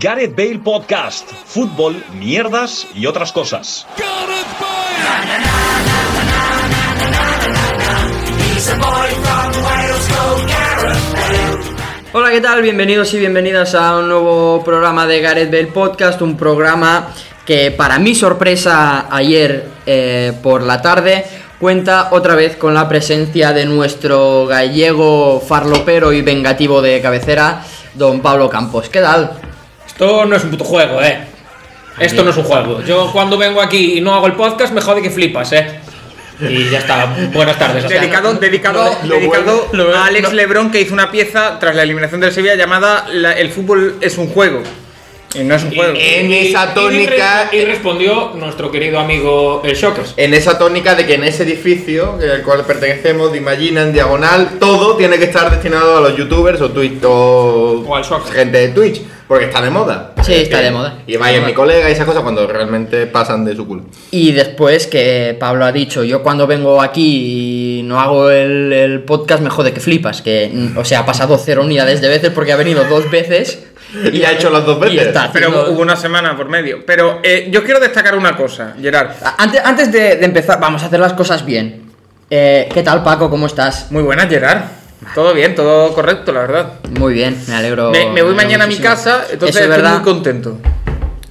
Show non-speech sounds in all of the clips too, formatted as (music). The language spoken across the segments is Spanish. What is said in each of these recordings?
Gareth Bale Podcast, fútbol, mierdas y otras cosas. Hola, ¿qué tal? Bienvenidos y bienvenidas a un nuevo programa de Gareth Bale Podcast, un programa que para mi sorpresa ayer eh, por la tarde cuenta otra vez con la presencia de nuestro gallego farlopero y vengativo de cabecera, don Pablo Campos. ¿Qué tal? Esto no es un puto juego, eh. Esto no es un juego. Yo cuando vengo aquí y no hago el podcast me jode que flipas, eh. Y ya está. Buenas tardes. hasta- Dedicado, dedicado, no, dedicado bueno, lo bueno, a Alex no. Lebrón que hizo una pieza tras la eliminación del Sevilla llamada La- El fútbol es un juego. Y no es un juego. eh, En Y- esa y tónica- re- Y, respondió nuestro querido amigo el Shockers. En esa tónica de que en ese edificio eh, al cual pertenecemos, de Imagina, en diagonal, todo tiene que estar destinado a los youtubers o Twitch o, O al shock. gente de Twitch, porque está de moda. Sí, está Eh, de moda. Y vaya mi colega y esas cosas cuando realmente pasan de su culo. Y después que Pablo ha dicho, yo cuando vengo aquí y no hago el, el podcast me jode que flipas, que, mm, o sea, ha pasado cero unidades de veces porque ha venido dos veces. Y ha hecho las dos y veces. está Pero haciendo- hubo una semana por medio. Pero eh, yo quiero destacar una cosa, Gerard. Antes, antes de, de empezar, vamos a hacer las cosas bien. Eh, ¿Qué tal, Paco? ¿Cómo estás? Muy buena, Gerard. Todo bien, todo correcto, la verdad. Muy bien, me alegro. Me, me voy alegro mañana a mi muchísimo. casa, entonces Eso es estoy verdad. muy contento.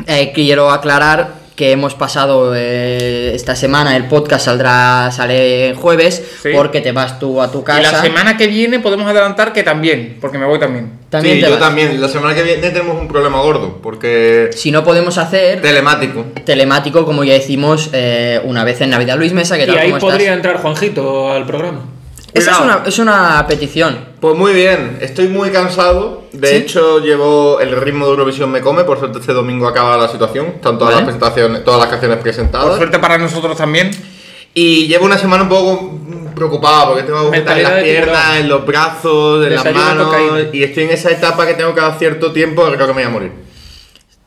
Eh, quiero aclarar que hemos pasado eh, esta semana, el podcast saldrá sale jueves, Sí. porque te vas tú a tu casa. Y la semana que viene podemos adelantar que también, porque me voy también. También sí, te yo vas. también. La semana que viene tenemos un problema gordo, porque Si no podemos hacer telemático. telemático, como ya hicimos eh, una vez en Navidad. Luis Mesa, ¿qué Y tal? ahí ¿Cómo estás? podría entrar Juanjito al programa. Esa es Cuidado. una, es una petición. Pues muy bien, estoy muy cansado. De ¿Sí? hecho, llevo el ritmo de Eurovisión me come. Por suerte, este domingo acaba la situación. Están todas Vale. las presentaciones, todas las canciones presentadas. Por suerte para nosotros también. Y llevo una semana un poco preocupado porque tengo agujetas en Mentalidad las de tiburón. piernas, en los brazos, en las Desayuno manos. cocaína. Y estoy en esa etapa que tengo cada cierto tiempo que creo que me voy a morir.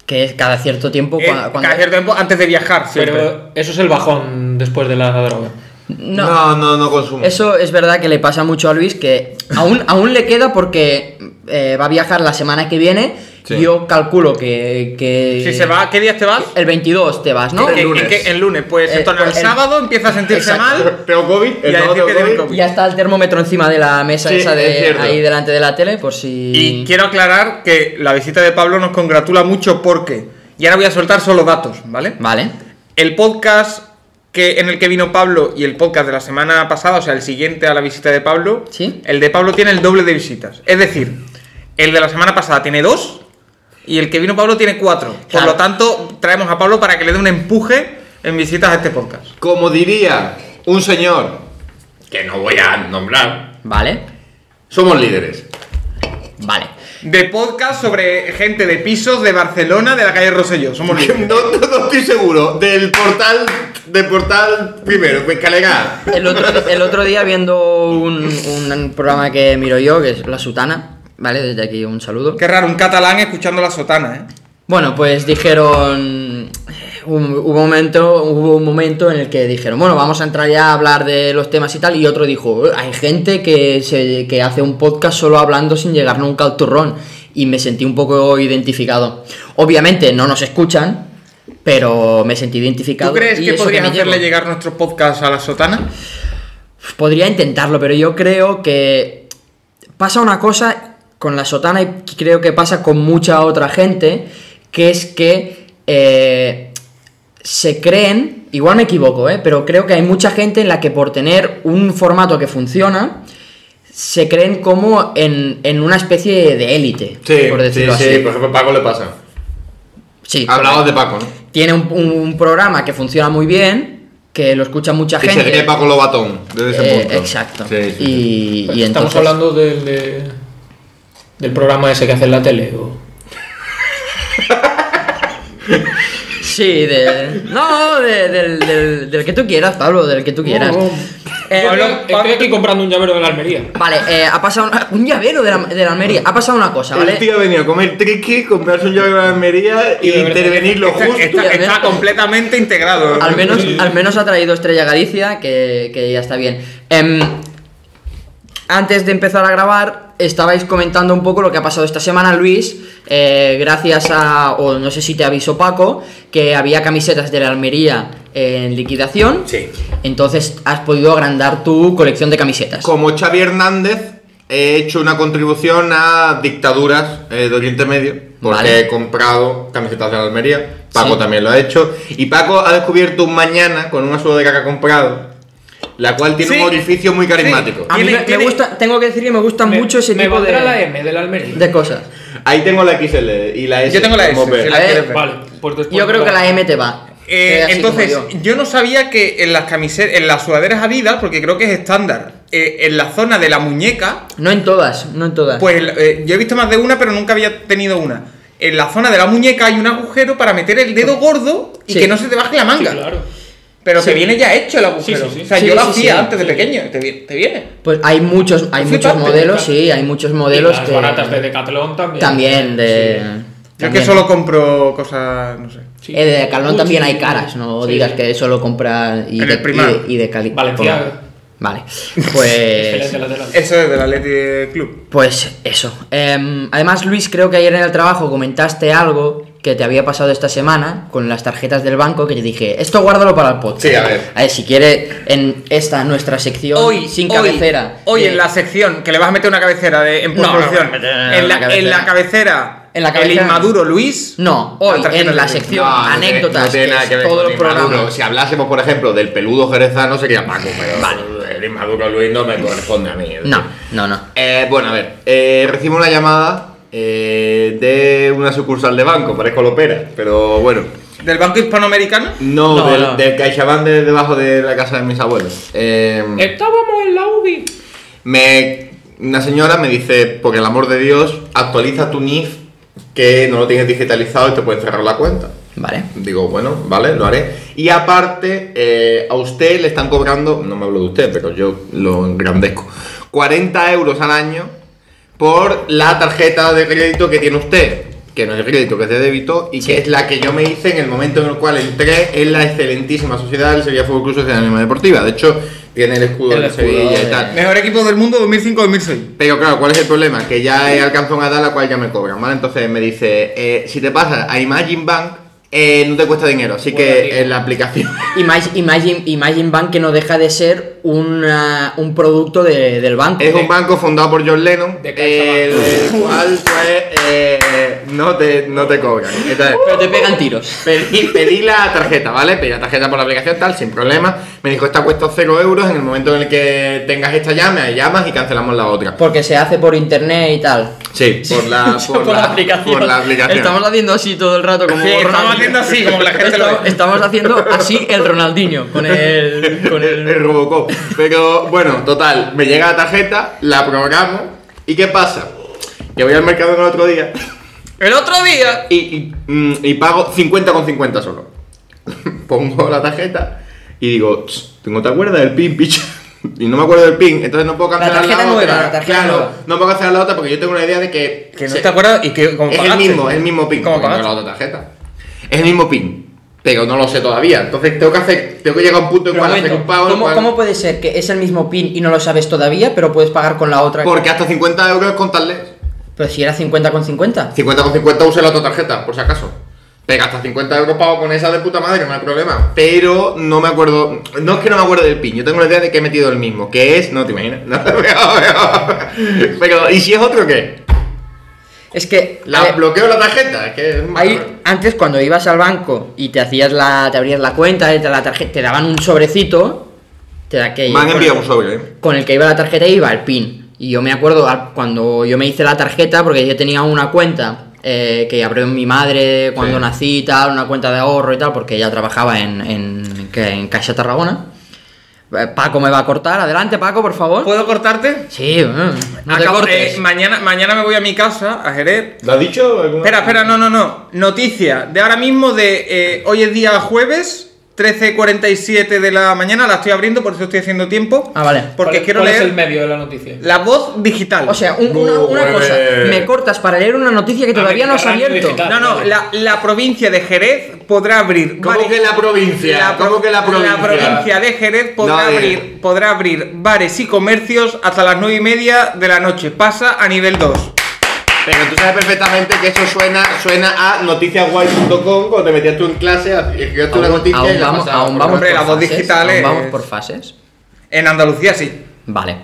Que es cada cierto tiempo. Eh, cua- Uh, cuando- cada cierto tiempo antes de viajar, siempre. Pero eso es el bajón después de la droga. No, No, no, no, consumo. Eso es verdad que le pasa mucho a Luis, que aún, aún le queda porque eh, va a viajar la semana que viene. Sí. Yo calculo que, que- si se va, ¿qué días te vas? El 22 te vas, ¿no? El ¿Qué- lunes. qué- qué- el lunes, pues Eh, entonces, pues, el, el- sábado empieza a sentirse Exacto. mal. Tengo COVID, Y el a sábado decir que tengo tengo COVID. COVID. Ya está el termómetro encima de la mesa Sí, esa de es cierto. ahí delante de la tele, por si. Y quiero aclarar que la visita de Pablo nos congratula mucho porque. Y ahora voy a soltar solo datos, ¿vale? Vale. El podcast que, en el que vino Pablo y el podcast de la semana pasada, o sea, el siguiente a la visita de Pablo, Sí. el de Pablo tiene el doble de visitas. Es decir, el de la semana pasada tiene dos y el que vino Pablo tiene cuatro. Por Claro. lo tanto, traemos a Pablo para que le dé un empuje en visitas a este podcast. Como diría un señor que no voy a nombrar, Vale. somos líderes. Vale. De podcast sobre gente de pisos de Barcelona, de la calle Rosselló. Somos Porque libres. no, no- no estoy seguro del portal del portal primero, pues Calega. El otro, el otro día viendo un, un programa que miro yo, que es La Sutana, ¿vale? Desde aquí un saludo. Qué raro, un catalán escuchando la sotana, ¿eh? Bueno, pues dijeron. eh, un- hubo, un momento, hubo un momento en el que dijeron, bueno, vamos a entrar ya a hablar de los temas y tal. Y otro dijo, "Eh, hay gente que, se, que hace un podcast solo hablando sin llegar nunca al turrón. Y me sentí un poco identificado. Obviamente no nos escuchan, pero me sentí identificado. ¿Tú crees y que eso podrías me hacerle llegó. llegar nuestro podcast a la sotana? Pues Podría intentarlo, pero yo creo que pasa una cosa con la sotana y creo que pasa con mucha otra gente, que es que eh, se creen, igual me equivoco, eh, pero creo que hay mucha gente en la que por tener un formato que funciona, se creen como en, en una especie de élite, por decirlo así. por ejemplo, Paco le pasa. Sí, Hablamos de Paco, ¿no? tiene un, un- un programa que funciona muy bien, que lo escucha mucha Que gente. se cree Paco Lobatón, desde ese Eh, punto. exacto. Sí, sí, sí. Y, y Pues, Estamos entonces- hablando del, de- del programa ese que hace en la tele. o- Sí, de. No, de- del, del- del que tú quieras, Pablo, del que tú quieras. No, no. Eh, Pablo, Pablo- estoy aquí comprando un llavero de la Almería. Vale, eh, ha pasado una- un llavero de la, de la Almería. Ha pasado una cosa, El ¿vale? tío ha venido a comer triqui, comprarse un llave de Almería y, Y beber intervenir lo Está, justo. está- al menos- está completamente integrado. Al menos, al menos ha traído Estrella Galicia, que, que ya está bien. Em, antes de empezar a grabar, estabais comentando un poco lo que ha pasado esta semana, Luis, eh, gracias a, o no sé si te avisó Paco, que había camisetas de la Almería en liquidación. Sí. Entonces has podido agrandar tu colección de camisetas. Como Xavi Hernández, he hecho una contribución a dictaduras eh, de Oriente Medio, porque Vale. he comprado camisetas de la Almería. Paco Sí. también lo ha hecho. Y Paco ha descubierto un mañana con una sudadera que ha comprado, la cual tiene Sí. un orificio muy carismático. A mí Tiene- me, me tiene- gusta, tengo que decir que me gusta mucho ese me tipo de, valdrá la M de la Almería. de cosas. Ahí tengo la XL y la S. Yo tengo la como S, ves. si la A ver, quieres ver. Vale, pues después. Yo creo que la M te va. Eh, Eh, así entonces, como yo. yo. no sabía que en las camisetas, en las sudaderas Adidas, porque creo que es estándar, eh, en la zona de la muñeca, No en todas, no en todas. pues eh, yo he visto más de una, pero nunca había tenido una. En la zona de la muñeca hay un agujero para meter el dedo gordo y Sí. que no se te baje la Sí, manga. claro. Pero te viene ya hecho el agujero. Sí, sí, sí. O sea, Sí, yo lo sí, sí, hacía sí. antes de pequeño. Te, vi- te viene. Pues hay muchos, hay Pues muchos flipante, modelos, claro. sí, hay muchos Y modelos las que. baratas de Decathlon también. También de. Yo es también. que solo compro cosas, no sé. Sí. Eh, de Decalón Uy, también sí, hay sí. caras, no Sí. digas que solo compra y En de, el Primark. y de- y de cali- Balenciaga. Vale. (laughs) Excelente Pues. lateral. Eso es del Athletic Club. Pues eso. Em, además, Luis, creo que ayer en el trabajo comentaste algo que te había pasado esta semana con las tarjetas del banco que te dije, esto guárdalo para el podcast. Sí, a ver. si quiere, en esta nuestra sección sin cabecera. eh, Hoy, de- en la sección que le vas a meter una cabecera de, en No, no, postproducción. no, no, no, no, en, una la, en la cabecera. cabecera. En la cabecera. El inmaduro Luis. No, hoy tarjeta en del la Athletic. sección tiene- no anécdotas, que tiene nada es que ver todos con los Inmaduro. programas. Si hablásemos, por ejemplo, del peludo jerezano, sería Paco, pero el inmaduro Luis no me corresponde a mí. es No, decir. no, no. Eh, bueno, a ver, eh, recibo una llamada eh, de una sucursal de banco, parezco Lopera, pero bueno. Del Banco Hispanoamericano. No, No, del, no. del CaixaBank de debajo de la casa de mis abuelos. Eh, Estábamos en la UBI. me, una señora me dice, por el amor de Dios, actualiza tu NIF que no lo tienes digitalizado y te pueden cerrar la cuenta. Vale. Digo, bueno, vale, lo haré. Y aparte, eh, a usted le están cobrando, no me hablo de usted, pero yo lo engrandezco, 40 euros al año por la tarjeta de crédito que tiene usted, que no es de crédito, que es de débito, y que es la que yo me hice en el momento en el cual entré en la excelentísima sociedad del Sevilla Fútbol Club Sociedad Anónima Deportiva. De hecho, tiene el escudo El de escudo eh. Sevilla de- y tal. Mejor equipo del mundo 2005-2006. Pero claro, ¿cuál es el problema? Que ya he alcanzado una edad a la cual ya me cobran, ¿vale? Entonces me dice, eh, si te pasas a Imagine Bank, eh, no te cuesta dinero, así Buena que idea. en la aplicación... (laughs) Imagine, Imagine, Imagine Bank que no deja de ser una- un producto de- del banco. Es un banco fundado por John Lennon, De el, CaixaBank. cual pues eh, no, te, no te cobran. Entonces, Pero te pegan tiros. Pedí, pedí la tarjeta, ¿vale? Pedí la tarjeta por la aplicación, tal, sin problema. Me dijo, esta cuesta 0 euros. En el momento en el que tengas esta llama, llamas y cancelamos la otra. Porque se hace por internet y tal. Sí, por la, por la- Por la aplicación. Estamos haciendo así todo el rato como Sí, estamos Ronaldinho. haciendo así, como la gente lo Estamos- ve. Estamos haciendo así el Ronaldinho con el. Con el, el... Robocop. Pero bueno, total, me llega la tarjeta, la programo. ¿Y qué pasa? Que voy al mercado el otro día El otro día. y, y, mm, y pago 50 con 50 solo. (laughs) Pongo la tarjeta y digo, "Ch, ¿no te acuerdas del pin, picha? (laughs) Y no me acuerdo del pin, entonces no puedo cancelar la, tarjeta otra. nueva, la tarjeta claro, nueva. no puedo cancelar la otra porque yo tengo una idea de que, Que no se- te acuerdas y que como es el pagaste. mismo, es el mismo pin. ¿Cómo porque tengo pagaste? la otra tarjeta. Es el mismo pin, pero no lo sé todavía. Entonces tengo que hacer, tengo que llegar a un punto en Pero cual un hacer momento, un pago. en ¿cómo, cual- cómo puede ser que es el mismo pin y no lo sabes todavía, pero puedes pagar con la otra? Porque hasta 50 euros es contarles. Pero si era 50 con 50. 50 con 50 use la otra tarjeta, por si acaso. Te gastas 50 euros pago con esa de puta madre, no hay problema. Pero no me acuerdo. No es que no me acuerdo del pin, yo tengo la idea de que he metido el mismo. Que es. No te imaginas. (laughs) No, no. Pero, ¿y si es otro qué? Es que. La, a ver, bloqueo la tarjeta. es que es un Ahí, antes cuando ibas al banco y te hacías la. te abrías la cuenta, te, la tarjeta, te daban un sobrecito. Te da que Me han con- enviado un sobre, ¿eh? Con el que iba la tarjeta iba el pin. Y yo me acuerdo al- cuando yo me hice la tarjeta, porque yo tenía una cuenta eh, que abrió mi madre cuando Sí. nací y tal, una cuenta de ahorro y tal, porque ella trabajaba en, en, que- en Caixa Tarragona. Eh, Paco me va a cortar, adelante Paco, por favor. ¿Puedo cortarte? Sí, mm, no te Acabo- cortes. eh, mañana, mañana me voy a mi casa, a Jerez, ¿Lo has dicho? Espera, espera, no, no, no. Noticia de ahora mismo de eh, hoy es día jueves 13.47 de la mañana, la estoy abriendo, por eso estoy haciendo tiempo. Ah, vale. Porque ¿Cuál- quiero cuál leer es el medio de la noticia? la voz digital. O sea, un- una, una Nueve. cosa, me cortas para leer una noticia que Ah, todavía no has digital, abierto. digital. No, no, la, la provincia de Jerez podrá abrir. ¿Cómo bares- que la provincia? pro- ¿Cómo que la provincia? provincia de Jerez podrá, No, de- abrir, podrá abrir bares y comercios hasta las 9 y media de la noche. Pasa a nivel 2. Pero tú sabes perfectamente que eso suena, suena a noticiasguay.com cuando te metías tú en clase, escribías tú la noticia y Aún la vamos, pasabas aún por vamos Hombre, por la voz fases, digital aún es- vamos por fases. En Andalucía sí. Vale.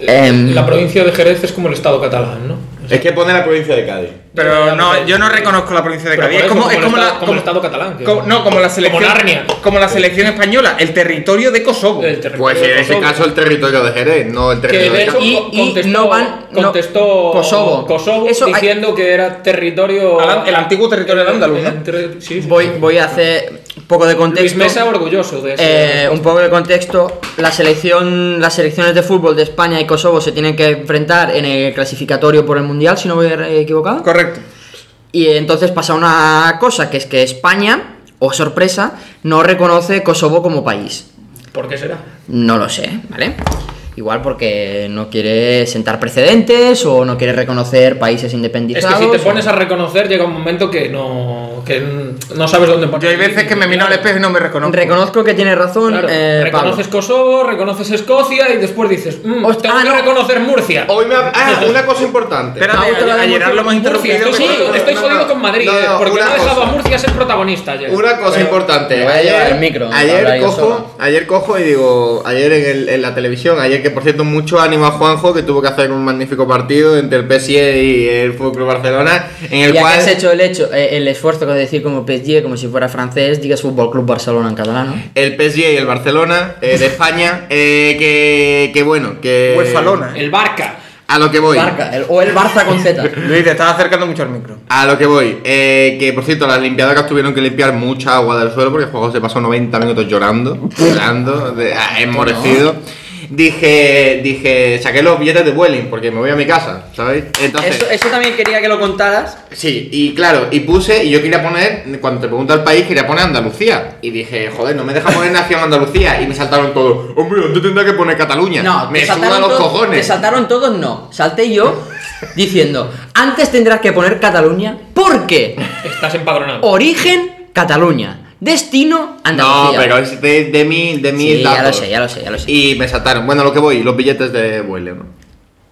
Em, La provincia de Jerez es como el estado catalán, ¿no? Es que pone la provincia de Cádiz. Pero no, yo no reconozco la provincia de Pero Cádiz. por Es eso, como, es el como estado- la, como el estado catalán. que- como- no, como la selección. Como Narnia. como la selección española, el territorio de Kosovo. El territorio Pues en de ese Kosovo. caso el territorio de Jerez, no el Que territorio de de hecho Cádiz. Y- y contestó, no van- no- contestó Kosovo. Eso hay- diciendo que era territorio. Al- el antiguo territorio de Andaluz, ¿no? Entre- sí, sí. voy, voy a hacer un poco de contexto. Luis Mesa orgulloso de eso. Eh, un poco de contexto, la selección, las selecciones de fútbol de España y Kosovo se tienen que enfrentar en el clasificatorio por el Mundial, si no voy equivocado. Correcto. Y entonces pasa una cosa, que es que España, o sorpresa, no reconoce Kosovo como país. ¿Por qué será? No lo sé, ¿vale? Igual porque no quiere sentar precedentes o no quiere reconocer países Es independizados. que si te o- pones a reconocer, llega un momento que no, que no sabes dónde poner. Yo hay veces que me miro al espejo y no me reconozco. Reconozco que tienes razón, Claro, eh, Pablo. reconoces Kosovo, reconoces Escocia y después dices, mm, Host- tengo ah, que no. reconocer Murcia. Hoy me ha- (laughs) Ah, una cosa importante. Espérate, Vamos a ayer, hablar de ayer Murcia. lo hemos Murcia, interrumpido. estoy, que- jodido- no, no, estoy no, jodido no. con Madrid, No, eh, no, porque no una ha dejado a cosa. Murcia ser protagonista ayer. Una cosa Pero- me importante, voy a llevar ayer, el micro, para ayer, yo cojo, solo. ayer cojo y digo, ayer en, el- en la televisión, ayer que por cierto mucho ánimo a Juanjo que tuvo que hacer un magnífico partido entre el PSG y el FC Barcelona, en el ya cual... que has hecho el hecho, eh, el esfuerzo de decir como PSG, como si fuera francés, digas Fútbol Club Barcelona en catalán. El PSG y el Barcelona eh, de (laughs) España, eh, que, que bueno, que... Huefalona. El Barca. A lo que voy. Barca, el- o el Barça con Z. Luis, te estás acercando mucho al micro. A lo que voy, eh, que por cierto, las limpiadoras tuvieron que limpiar mucha agua del suelo porque Juanjo se pasó 90 minutos (laughs) llorando, llorando, de- ah, enmorecido. Dije, dije, saqué los billetes de Vueling porque me voy a mi casa, ¿sabéis? Entonces, Eso, eso también quería que lo contaras. sí, y claro, y puse, y yo quería poner, cuando te pregunto el país, quería poner Andalucía. Y dije, joder, no me deja poner nación Andalucía. Y me saltaron todos, hombre, ¿dónde tendrá que poner Cataluña? No, me te suda saltaron los todos- Te cojones. saltaron todos, no. Salté yo diciendo, antes tendrás que poner Cataluña porque Estás empadronado. origen Cataluña, destino No, Andalucía. pero es de, de mi, de mi sí, ya lo sé, ya lo sé, ya lo sé. Y me saltaron, bueno, lo que voy, los billetes de Vueling. ¿no?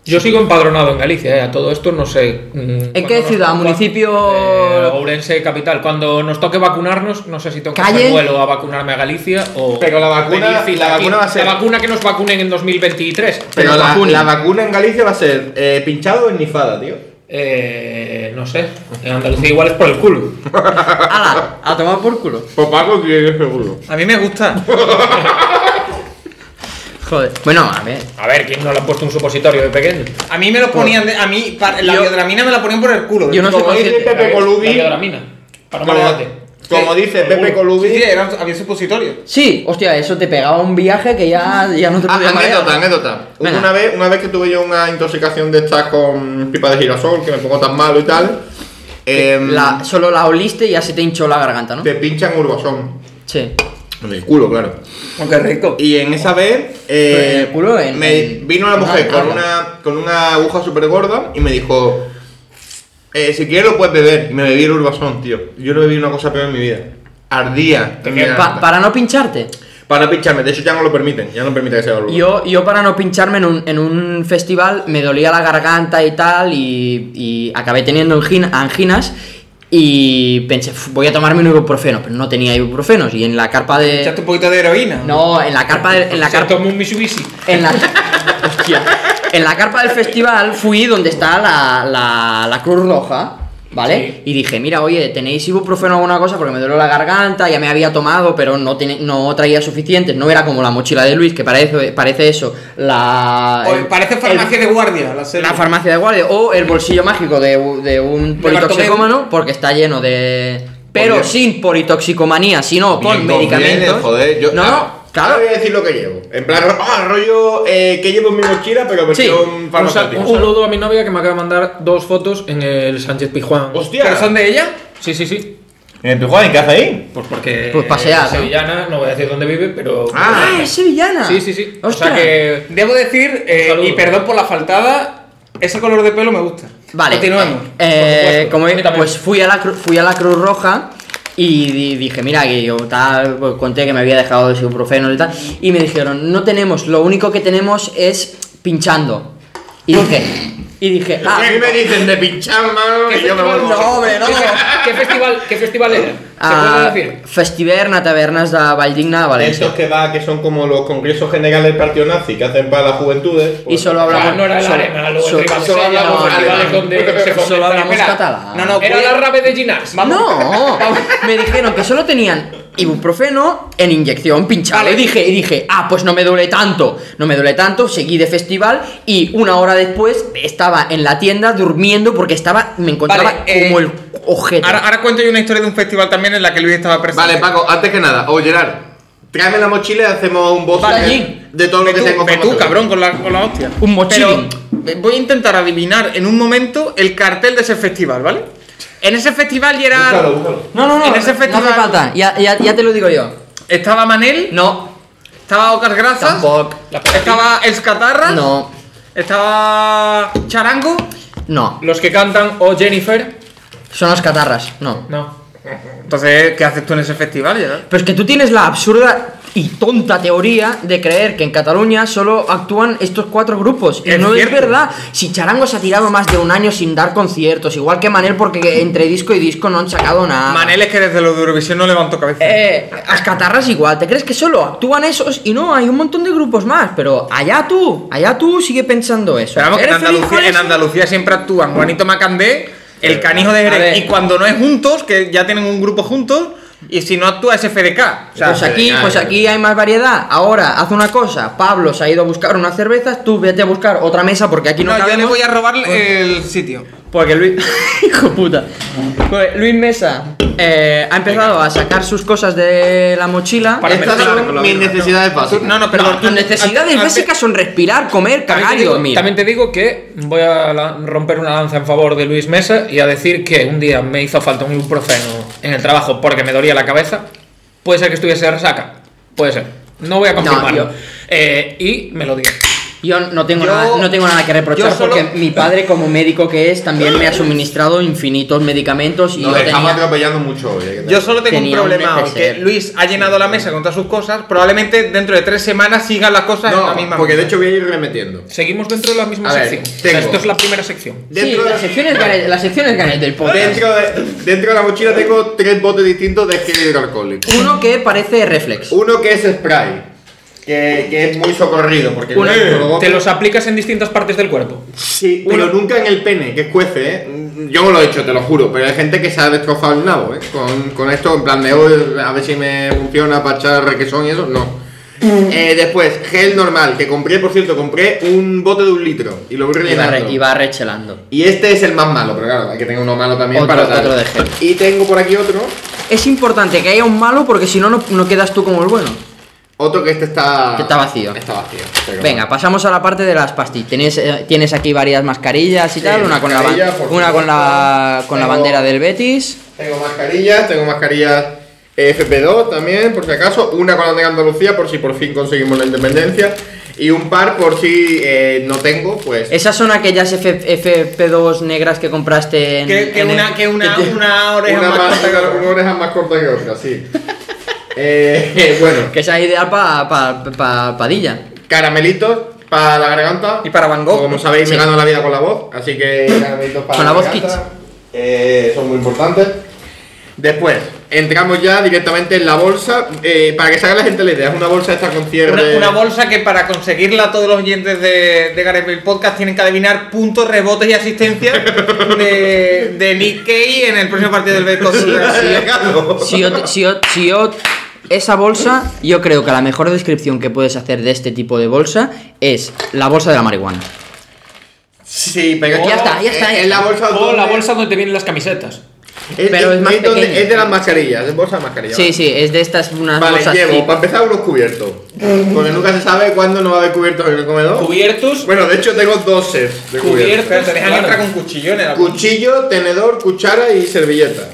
Yo sigo empadronado en Galicia, eh, a todo esto no sé. mm, cuando qué nos- ciudad? cuando- ¿Municipio? Eh, Ourense capital. Cuando nos toque vacunarnos, no sé si toca ¿Calle? el vuelo a vacunarme a Galicia o. Pero la vacuna- pedir cita la aquí. vacuna va a ser- La vacuna que nos vacunen en 2023. Pero Pero la, vacuna. la vacuna en Galicia va a ser eh, pinchado o nifada, tío. Eh, no sé. En Andalucía igual es por el culo. ¡Hala! A tomar por culo. Papaco tiene seguro. A mí me gusta. Joder. Bueno, a ver. A ver, ¿quién no le ha puesto un supositorio de pequeño? A mí me lo ponían. de- a mí, pa- la Yo- biodramina me la ponían por el culo. Yo no soy Como dice consciente. Pepe La Colubi. biodramina. Para no Como, marearte. como dice Pepe Sí, sí, Colubi. era- había supositorio. Sí, hostia, eso te pegaba un viaje que ya, ya no te Ah, podía anécdota, marear. anécdota. Hubo Venga. Una vez, una vez que tuve yo una intoxicación de estas con pipa de girasol, que me pongo tan malo y tal, em, La- solo la oliste y ya se te hinchó la garganta, ¿no? te pinchan urbasón. Sí. En el culo, claro. Aunque rico. Y en esa vez Pero en eh, el culo, en- me en- vino la mujer Ah, con, ah. una, con una aguja súper gorda y me dijo, eh, si quieres lo puedes beber. Y me bebí el urbasón, tío. Yo no bebí una cosa peor en mi vida. Ardía. en mi Pa- garganta. para no pincharte. para no pincharme, de hecho ya no lo permiten, ya no permiten que sea algo. Yo, yo para no pincharme en un, en un festival me dolía la garganta y tal y, y acabé teniendo angin- anginas y pensé, "Fu, voy a tomarme un ibuprofeno, pero no tenía ibuprofenos y en la carpa ¿Echaste de... un poquito de heroína? No, en la carpa de- en la Se carpa tomó un Mitsubishi. en la, Hostia. en la carpa del festival fui donde está la, la- la Cruz Roja, ¿vale? Y dije, mira, oye, ¿tenéis ibuprofeno o alguna cosa? Porque me duele la garganta, ya me había tomado, pero no, tiene, no traía suficientes. No era como la mochila de Luis, que parece, parece eso, la... O- el- Pues, parece eh, el- farmacia de guardia. La, serie. la farmacia de guardia o el bolsillo mágico de, u- de un politoxicómano porque está lleno de... Pero Dios. sin politoxicomanía, sino con medicamentos. joder, yo, no, a- no, claro. Ahora voy a decir lo que llevo. En plan, ah, rollo eh, que llevo en mi mochila, pero Sí, versión Un, sal- farmacéutica. un saludo a mi novia que me acaba de mandar dos fotos en el Sánchez Pijuán. Hostia. ¿Pero son de ella? Sí, sí, sí. ¿Y en Tijuana? ¿Y qué hace ahí? Pues porque. Pues pasear, es ¿no? Sevillana, no voy a decir dónde vive, pero. Ah. ¡Ah, es sevillana! Sí, sí, sí. Ostras. O sea que. Debo decir, eh, Saludos. y perdón por la faltada, ese color de pelo me gusta. Vale. Continuemos. Eh, Por supuesto. como A mí también. pues fui a la cru- fui a la Cruz Roja y di- dije, mira, que yo tal, pues, conté que me había dejado de ibuprofeno y tal y me dijeron, "No tenemos, lo único que tenemos es pinchando." Y dije, y dije, "Ah, A mí me dicen de pinchar, mano, y yo me vuelvo. no, hombre, no." ¿Qué festival, qué festival era? ¿Se A puede decir? "Ah, Festiverna Tabernas de Valdigna, Valencia. Estos que va, que son como los congresos generales del partido nazi que hacen para las juventudes. Y pues- solo O sea, hablamos Ah, no era el solo- arena, luego solo- el rival solo hablamos festivales alemán. donde se Solo fomentan. hablamos Espera, catalán. No, no, Era cuida- la rave de Ginás. Vamos. No, me dijeron que solo tenían ibuprofeno en inyección pinchado. Vale. Y dije, y dije, ah, pues no me duele tanto, no me duele tanto, seguí de festival y una hora después estaba en la tienda durmiendo porque estaba, me encontraba Vale, eh, como el objeto. Ahora, ahora cuento yo una historia de un festival también en la que Luis estaba presente. Vale, Paco, antes que nada, o Gerard, tráeme la mochila y hacemos un boss Vale, de- allí. de todo lo Ve que tú, tengo ve tú, formato. cabrón, con la, con la hostia. Un mochilín. Pero eh, voy a intentar adivinar en un momento el cartel de ese festival, ¿vale? En ese festival Búscalo, Gerard búscalo. no, no, no, en ese no hace festival- falta, ya, ya- ya te lo digo yo. estaba Manel, No, estaba Ocas Grasas, tampoco, estaba Escatarra, no, estaba Charango, no, Los que cantan o Jennifer. son las catarras, no. No. Entonces, ¿qué haces tú en ese festival, Gerard? Pero es que tú tienes la absurda y tonta teoría de creer que en Cataluña solo actúan estos cuatro grupos. Y Es no cierto. es verdad. Si Charango se ha tirado más de un año sin dar conciertos, igual que Manel, porque entre disco y disco no han sacado nada. Manel es que desde lo de Eurovisión no levantó cabeza. Ah. Eh, las catarras igual, ¿te crees que solo actúan esos? Y no, hay un montón de grupos más, pero allá tú, allá tú sigue pensando eso. Pero vamos, que en ¿Eres feliz con Andalucía, en eso? Andalucía siempre actúan Juanito Macandé, Eh, el canijo de A ver. Jerez. Y cuando no es juntos, que ya tienen un grupo juntos, y si no actúa es FDK. O sea, pues aquí, ya, pues ya. aquí hay más variedad. Ahora, haz una cosa. Pablo se ha ido a buscar unas cervezas, tú vete a buscar otra mesa porque aquí no, pues- no, yo le cabemos. voy a robar el sitio. Porque Luis. (laughs) Hijo puta. Pues Luis Mesa eh, ha empezado a sacar sus cosas de la mochila. Para Estas mezclar son mis necesidades básicas. No, no, Pero perdón. tus necesidades antes- básicas son respirar, comer, cagar También y te, digo, dormir. también te digo que voy a la- romper una lanza en favor de Luis Mesa y a decir que un día me hizo falta un ibuprofeno en el trabajo porque me dolía la cabeza. Puede ser que estuviese de resaca. Puede ser. No voy a confirmarlo. yo- Eh, y me lo digo. Yo no tengo, nada, no tengo nada que reprochar yo solo- porque mi padre, como médico que es, también me ha suministrado infinitos medicamentos y Nos yo estamos tenía- atropellando mucho hoy. eh, que tal. Yo solo tengo Tenía un un problema, neceser. aunque Luis ha llenado la mesa con todas sus cosas, probablemente dentro de tres semanas sigan las cosas en la misma No, porque de mesa. hecho voy a ir remetiendo. Seguimos dentro de la misma A ver, sección. O sea, tengo. esto es la primera sección. Sí, Dentro de- las secciones gané- las secciones gané del podcast. Dentro de, dentro de la mochila tengo tres botes distintos de gel hidroalcohólico. Uno que parece reflex. Uno que es spray, que, que es muy socorrido porque Una- no- te los aplicas en distintas partes del cuerpo. Sí, pero nunca en el pene, que es cuece, ¿eh? Yo me lo he hecho, te lo juro, pero hay gente que se ha destrozado el nabo, ¿eh? Con, con esto, en plan de hoy, a ver si me funciona para echar requesón y eso, no. Eh, después, gel normal, que compré, por cierto, compré un bote de un litro y lo voy Y va, rellenando. re- y va rechelando. Y este es el más malo, pero claro, hay que tener uno malo también Otro- para tal. otro de gel. Y tengo por aquí otro, Es importante que haya un malo porque si no, no no quedas tú como el bueno. otro que este está... Que está vacío. Está vacío. pero- Venga, pasamos a la parte de las pastillas. Tienes, eh, tienes aquí varias mascarillas y Sí, tal, una con la, ban- mascarilla, por una con la, supuesto. con la Tengo- bandera del Betis. Tengo mascarillas, tengo mascarillas FP2 también, por si acaso, una con la de Andalucía por si por fin conseguimos la independencia y un par por si eh, no tengo, pues... Esas son aquellas F, 2 negras que compraste en... Que, que en el- una, que una, que te- una oreja una, más más, corta que la una oreja más corta que otra, sí. (laughs) Eh, eh, bueno, que sea ideal para Padilla. caramelitos para la garganta. Y para Van Gogh. Como sabéis, me Sí. gano la vida con la voz, así que caramelitos para Con la voz garganta, eh, son muy importantes. Después, entramos ya directamente en la bolsa. eh, para que se haga la gente la idea, es una bolsa esta con cierre. Una, una bolsa que para conseguirla todos los oyentes de, de Gareth Bale Podcast tienen que adivinar puntos, rebotes y asistencia (laughs) de, de Nick Kay en el próximo partido del Bale Regalo. Si yo, te- si yo- si yo- Esa bolsa, yo creo que la mejor descripción que puedes hacer de este tipo de bolsa es la bolsa de la marihuana. (laughs) Sí, pero Ya está, ya está, ya Es la está. bolsa, O la donde- bolsa donde te vienen las camisetas. es, pero es más donde- pequeña. es de las mascarillas, es bolsa de mascarillas. Sí, sí, es de estas unas Vale, bolsas... llevo, zip. para empezar, unos cubiertos. Porque nunca se sabe cuándo no va a haber cubiertos en el comedor. Cubiertos. Bueno, de hecho, tengo dos sets de Cubiertos. cubiertos. Pero te dejan Claro. entrar con cuchillones. Cuchillo, tenedor, cuchara y servilleta.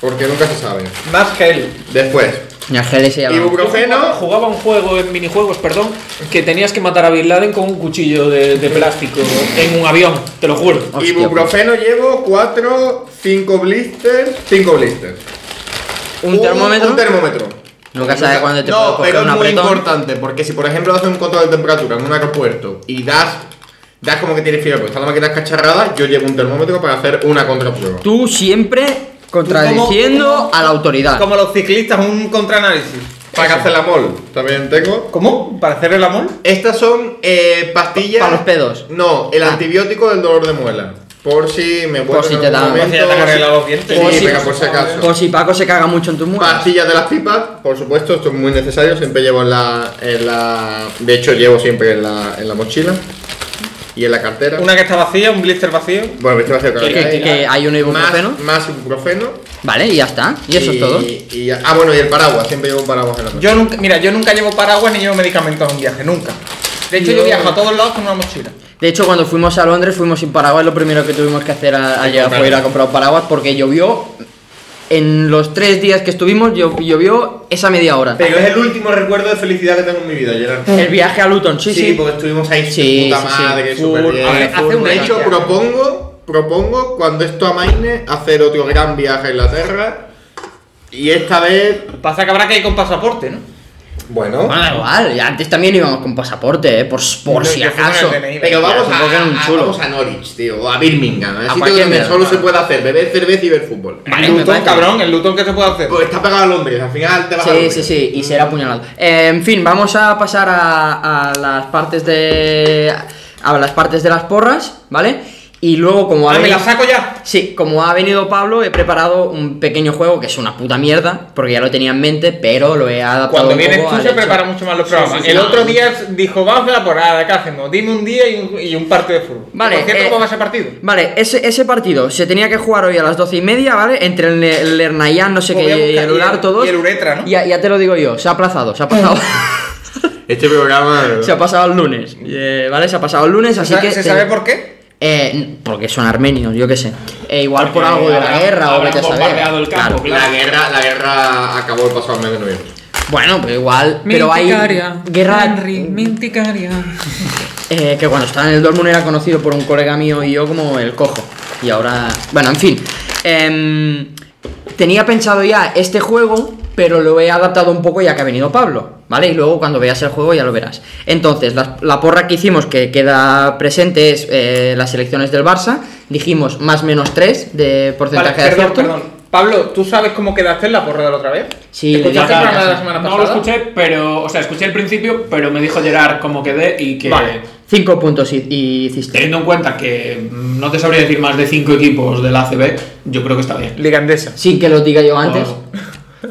Porque nunca se sabe. Más que él. Después, Y al GL se llama. Yo jugaba, ibuprofeno. jugaba un juego en minijuegos, perdón, que tenías que matar a Bin Laden con un cuchillo de, de plástico en un avión, te lo juro. Hostia, pues. Ibuprofeno llevo 4, 5 blisters, 5 blisters. ¿Un termómetro? Un termómetro. Nunca sabes cuándo te No, puede coger pero es un muy apretón. importante, porque si por ejemplo haces un control de temperatura en un aeropuerto y das, das como que tienes fiebre, pues está la máquina cacharrada, yo llevo un termómetro para hacer una contraprueba. Tú siempre contradiciendo Tú como- a la autoridad. Como los ciclistas, un contraanálisis. Para hacer la mol, también tengo. ¿Cómo? ¿Para hacer el amor? Estas son eh, pastillas. Pa- pa' los pedos. Ah. No, el antibiótico del dolor de muela. Por si me vuelve Por si en te algún da- momento, Por si ya te has arreglado los dientes. Sí, Por si- venga, por si acaso. Por si Paco se caga mucho en tu muerte. Pastillas de las pipas, por supuesto, esto es muy necesario. Siempre llevo en la. en la- de hecho, llevo siempre en la, en la mochila y en la cartera. Una que está vacía, un blister vacío. Bueno, este esto va a ser otra Que- vez. que- Ahí. que hay un ibuprofeno. Más, más ibuprofeno. Vale, y ya está. Y eso es todo. y- ah, bueno, y el paraguas. Siempre llevo un paraguas en la mochila. Yo nunca, mira, yo nunca llevo paraguas ni llevo medicamentos en viaje, nunca. De hecho, yo, Yo- viajo a todos lados con una mochila. De hecho, cuando fuimos a Londres, fuimos sin paraguas. Lo primero que tuvimos que hacer a- al llegar comprar. fue ir a comprar un paraguas porque llovió. En los tres días que estuvimos, llo- llovió esa media hora. Pero es el último recuerdo de felicidad que tengo en mi vida, Gerard. El viaje a Luton, sí, Sí, sí. porque estuvimos ahí Sí, puta sí, sí. madre, Full, súper bien. a ver, hace un de año hecho, ya. propongo, propongo cuando esto amaine hacer otro gran viaje a Inglaterra. Y esta vez, Pasa que habrá que ir con pasaporte, ¿no? bueno, Bueno, da igual, ya antes también íbamos con pasaporte, eh, por, por Yo- si yo fui con acaso. el DNI. pero vamos Supongo que era un a, a- chulo. vamos a Norwich, tío, o a Birmingham, a sitio cualquier donde mierda, solo vale. se puede hacer beber cerveza y ver fútbol. Vale, el me Luton, parece. cabrón, el Luton que se puede hacer. Pues está pegado a Londres, al final te vas a Sí, Londres. sí, sí, y será apuñalado. Eh, en fin, vamos a pasar a, a las partes de. a las partes de las porras, ¿vale? Y luego, como ha Ah, me venido. la saco ya. Sí, como ha venido Pablo, he preparado un pequeño juego que es una puta mierda, porque ya lo tenía en mente, pero lo he adaptado Cuando un vienes poco tú al se hecho. preparan mucho más los programas. sí, sí, el no, otro no. día dijo, vamos a la porrada, ¿qué hacemos? Dime un día y un, y un partido de fútbol. Vale, Por cierto, eh, ¿cómo va ese partido? Vale, ese, ese partido se tenía que jugar hoy a las doce y media, ¿vale? Entre el, el Hernayán, no sé Pues Voy a qué, y buscar- el y el- Ular, todos. y el Uretra, ¿no? Ya, ya te lo digo yo, se ha aplazado, se ha (laughs) pasado. Este programa. se ha pasado el lunes, eh, ¿vale? Se ha pasado el lunes, así ¿Se, que. se te- sabe por qué? Eh, n- porque son armenios, yo qué sé. E igual por Porque algo de la habrán- guerra o habrán vete a saber. bombardeado el campo, Claro. La guerra, la guerra acabó el pasado mes de noviembre. Bueno, pero igual. Pero hay. Guerra. Eh, que cuando estaba en el Dortmund era conocido por un colega mío y yo como el cojo. Y ahora... Bueno, en fin. Em, tenía pensado ya este juego, pero lo he adaptado un poco ya que ha venido Pablo. ¿Vale? Y luego cuando veas el juego ya lo verás. Entonces, la, la porra que hicimos que queda presente es eh, las selecciones del Barça. Dijimos más menos 3 de porcentaje de Vale, perdón, acierto. perdón. Pablo, ¿tú sabes cómo quedaste en la porrada la otra vez? Sí, le ¿Escuchaste dije el que programa de la sí. semana No pasada? lo escuché, pero. O sea, escuché el principio, pero me dijo Gerard cómo quedé y que. Vale. 5 puntos hi- hi- hiciste. Teniendo en cuenta que mm, no te sabría decir más de cinco equipos del ACB, yo creo que está bien. Ligandesa. Sin que lo diga yo antes. Oh.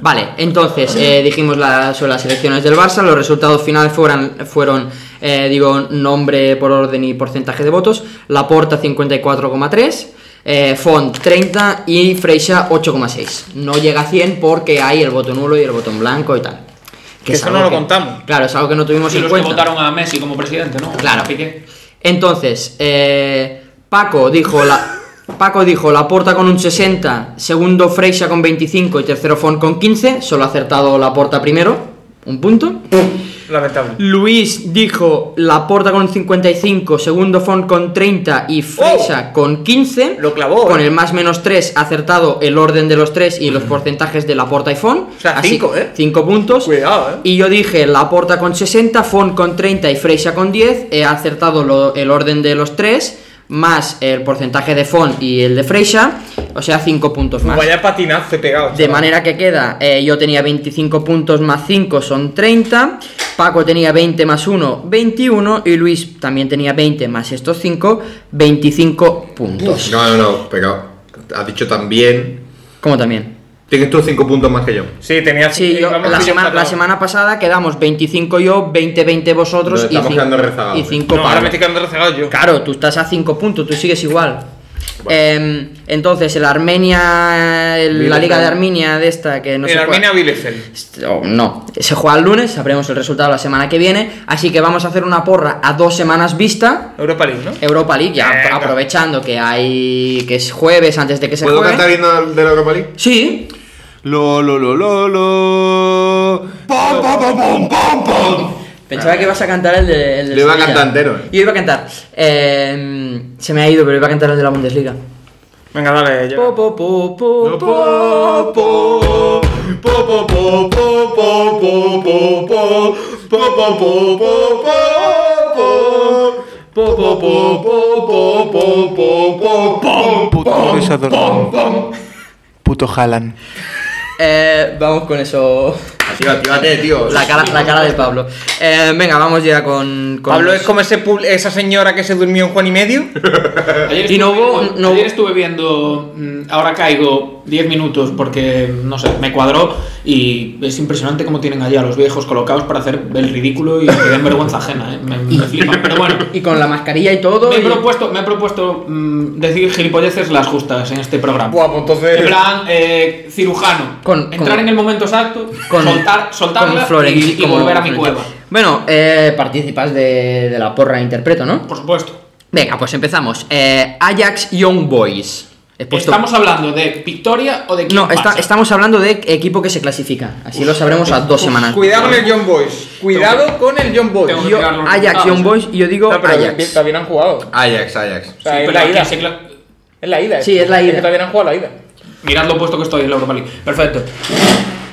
Vale, entonces eh, dijimos la- sobre las elecciones del Barça, los resultados finales fueran, fueron, eh, digo, nombre por orden y porcentaje de votos, Laporta 54,3, eh, Font 30 y Freixa 8,6. No llega a 100 porque hay el voto nulo y el voto en blanco y tal. Que es eso no algo lo contamos. Claro, es algo que no tuvimos Y en los que cuenta. votaron a Messi como presidente, ¿no? Claro. Piqué. Entonces, eh, Paco dijo la. Paco dijo Laporta con un 60, segundo Freixa con 25 y tercero Font con 15. Solo ha acertado Laporta primero, un punto. Lamentable. Luis dijo Laporta con 55, segundo Font con 30 y Freixa con 15. Oh. Lo clavó, Con eh. el más menos 3 ha acertado el orden de los tres y los porcentajes de Laporta y Font. O sea, Así- cinco, ¿eh? cinco puntos. Cuidado, eh. Y yo dije Laporta con 60, Font con 30 y Freixa con 10. He acertado lo- el orden de los tres, más el porcentaje de Font y el de Freixa. O sea, 5 puntos más. Vaya patinazo he pegado. De chaval. manera que queda, eh, yo tenía 25 puntos más 5 son 30, Paco tenía 20 más 1, 21 y Luis también tenía 20 más estos 5, 25 puntos. No, no, no, pero has dicho también. Como también. Tienes tú 5 puntos más que yo. Sí, tenía Sí, yo- vamos, la, sí, yo semana, la empatado. semana pasada quedamos 25 yo, 20, 20 vosotros Nos y estamos quedando rezagados, eh. 5 No, ahora me estoy quedando rezagado yo. Claro, tú estás a 5 puntos, tú sigues igual. Em, entonces, el Armenia, el- la Bielefeld. Liga de Armenia de esta que no el se juega- Armenia Bielefeld. Este, o no, se juega el lunes, sabremos el resultado la semana que viene, así que vamos a hacer una porra a dos semanas vista. Europa League, ¿no? Europa League, ya Venga. aprovechando que hay que es jueves antes de que se ¿Puedo juegue. cantar viendo de la Europa League? Sí, Lo, lo, lo, lo, lo. ¡Pom, pom, pom, pom, pom, pom! Pensaba que ibas a cantar el de. El de Lo iba a Sevilla. cantar entero. Yo iba a cantar. eh, se me ha ido, pero iba a cantar el de la Bundesliga. Venga, dale, ya. Po, po, po, po, Po, po. po, po, po, po, po, po, po, po, po, po, po, po, po, po, po, po, po, po, po, po, po, po, pom, pom, pom, pom. Puto Jalan. Eh, vamos con eso. Tío, actívate, tío. La cara, la cara de Pablo. Eh, venga, vamos ya con. con Pablo los- es como ese pul- esa señora que se durmió en Juan y medio. Ayer Y estuve, no hubo- viendo, no ayer hubo- estuve viendo, mm, ahora caigo 10 minutos porque, no sé, me cuadró y es impresionante cómo tienen allá a los viejos colocados para hacer el ridículo y que den vergüenza ajena, ¿eh? me, me flipa. (laughs) Pero bueno, Y con la mascarilla y todo. me he y- propuesto, me he propuesto mm, decir gilipolleces las justas en este programa. Guapo, En entonces. plan, eh, cirujano. pues. Con- Entrar con- en el momento exacto, con, soltar, soltarla con Florentino- y, y como volver a mi Florentino. cueva. Bueno, eh, participas de, de la porra interpreto, ¿no? Por supuesto. Venga, pues empezamos. Eh, Ajax Young Boys. He puesto- ¿Estamos hablando de Victoria o de quién Pues No, está- pasa? estamos hablando de equipo que se clasifica. Así lo sabremos a dos semanas. Cuidado con el John Boys. Cuidado con el John Boys. tengo que Yo- mirar los Ajax resultados, Young eh. Boys, yo digo No, pero bien- Ajax. todavía no han jugado. Ajax, Ajax. O Sí, sea, es pero la aquí ida. se cla- Es la ida. Sí, es la ida. que todavía no han jugado la ida. Mirad lo puesto que estoy en la Europa League. Perfecto.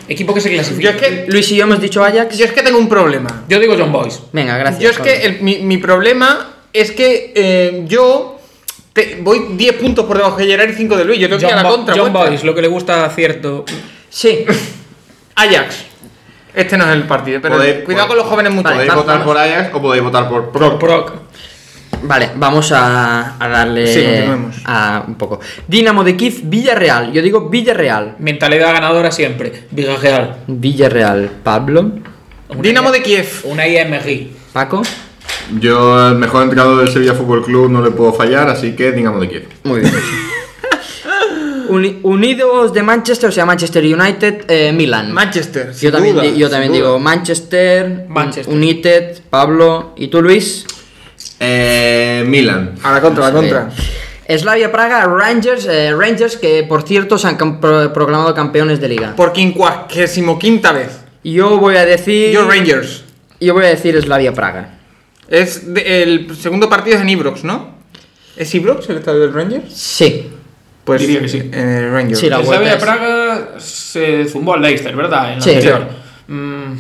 Equipo que se clasifica. Yo es que, Luis y yo hemos dicho Ajax. yo es que tengo un problema. Yo digo John Boyce. Venga, gracias. Yo es Pablo. que el- mi, mi problema es que eh, yo te- voy 10 puntos por debajo de Gerard y 5 de Luis. Yo tengo que ir a la Bo- contra. John vuestra. Boyce, lo que le gusta a cierto. Sí. Ajax. Este no es el partido, pero Poder- cuidado poder- con los jóvenes mucho. Podéis vamos, votar vamos. por Ajax o podéis votar por Proc. Proc. Vale, vamos a, a darle Sí, continuemos. a un poco. Dinamo de Kiev, Villarreal. Yo digo Villarreal. Mentalidad ganadora siempre. Villarreal. Villarreal, Pablo, pues, Dinamo de Kiev. Una IMG. Paco. Yo, el mejor entrenador del Sevilla Fútbol Club, no le puedo fallar, así que digamos de quién. Muy bien. Uni- Unidos de Manchester, o sea, Manchester United, eh, Milan. Manchester. yo sin también, duda, di- yo sin también duda. digo Manchester, Manchester. United, Pablo. ¿Y tú, Luis? Eh, Milan. A la contra, a la Bien. contra. Slavia Praga, Rangers, eh, Rangers que por cierto se han cam- pro- proclamado campeones de liga. Por quincuagésimo quinta vez. Yo voy a decir. Yo Rangers. Yo voy a decir Slavia Praga. Es de- el segundo partido es en Ibrox, ¿no? ¿Es Ibrox el estadio del Rangers? Sí. Pues Diría que sí. eh, Rangers. Sí, la- El vuelta Slavia es- Praga se zumbó al Leicester, ¿verdad? En la Sí. anterior. Mm,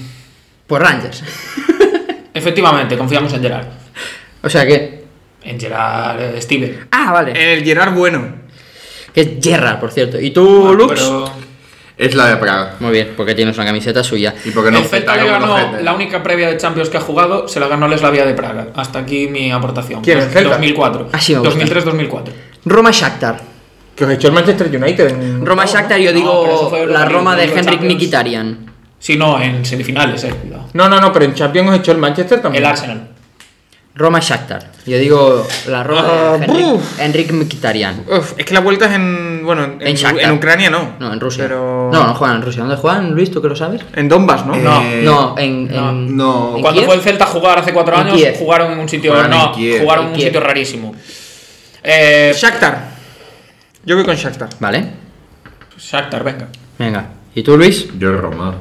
Pues Rangers. efectivamente, confiamos en Gerard. o sea que. En Gerard eh, Steven. Ah, vale. El Gerard bueno. Que es Gerrard, por cierto. ¿Y Ah, tú, Lux? Pero Es la de Praga. Muy bien, porque tienes una camiseta suya. Y porque no el Celta peta le como los ganó gente. la única previa de Champions que ha jugado, se la ganó el Slavia de Praga. Hasta aquí mi aportación. ¿Quién es el Celta? 2004. Así me gusta. 2003-2004. Roma Shakhtar. Que os echó el Manchester United. en- Roma no, Shakhtar, yo No, pero eso digo fue la Europa Roma de League, no Henrik Champions. Nikitarian. Si no, en semifinales, eh, cuidado. No, no, no, pero en Champions os echó el Manchester también. El Arsenal. Roma Shakhtar. Yo digo la Roma de Ah, Henrik, buf. Henrik Mkhitaryan. Uf, es que la vuelta es en. Bueno, en, En Shakhtar. en Ucrania no. No, en Rusia. Pero. No, no juegan en Rusia. ¿Dónde juegan, Luis? ¿Tú que lo sabes? En Donbass, ¿no? No. Eh, no, en. no. en- No. ¿en Cuando Kiev? fue el Celta a jugar hace cuatro En años, Kiev. jugaron en un sitio. Jugaron en no, Kiev, jugaron en en un Kiev. sitio rarísimo. Eh, Shakhtar. Yo voy con Shakhtar. Vale. Shakhtar, venga. Venga. ¿Y tú, Luis? Yo el Roma.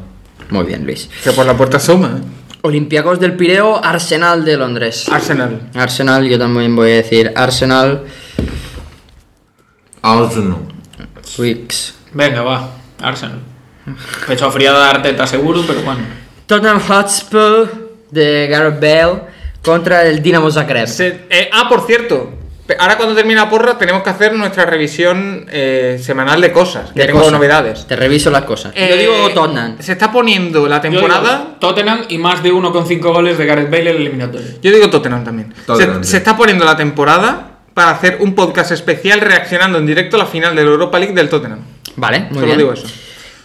Muy bien, Luis. Que por la puerta suma. ¿eh? Olympiacos del Pireo, Arsenal de Londres. Arsenal. Arsenal, yo también voy a decir Arsenal. Ah, Arsenal. Wicks. Venga, va. Arsenal. Pecho friado de Arteta seguro, pero bueno. Tottenham Hotspur de Gareth Bale contra el Dinamo Zagreb. Se- eh, ah, por cierto. pe- Ahora cuando termina la porra tenemos que hacer nuestra revisión eh, semanal de cosas. Que De tengo cosas. novedades. Te reviso las cosas. Eh, Yo digo Tottenham. Se está poniendo la Yo temporada. digo, Tottenham y más de 1,5 goles de Gareth Bale en el eliminatorio. Yo digo Tottenham también. Se- Tottenham, se, sí. está poniendo la temporada para hacer un podcast especial reaccionando en directo a la final de la Europa League del Tottenham. Vale, muy Solo bien. digo eso.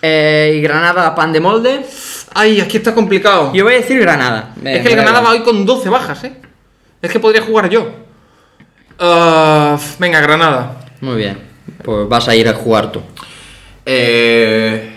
Eh, y Granada, pan de molde. Ay, aquí está complicado. Yo voy a decir Granada. es que el Granada va hoy con 12 bajas, ¿eh? Es que podría jugar yo. Ah, venga, Granada. Muy bien. Pues vas a ir a jugar tú. Eh,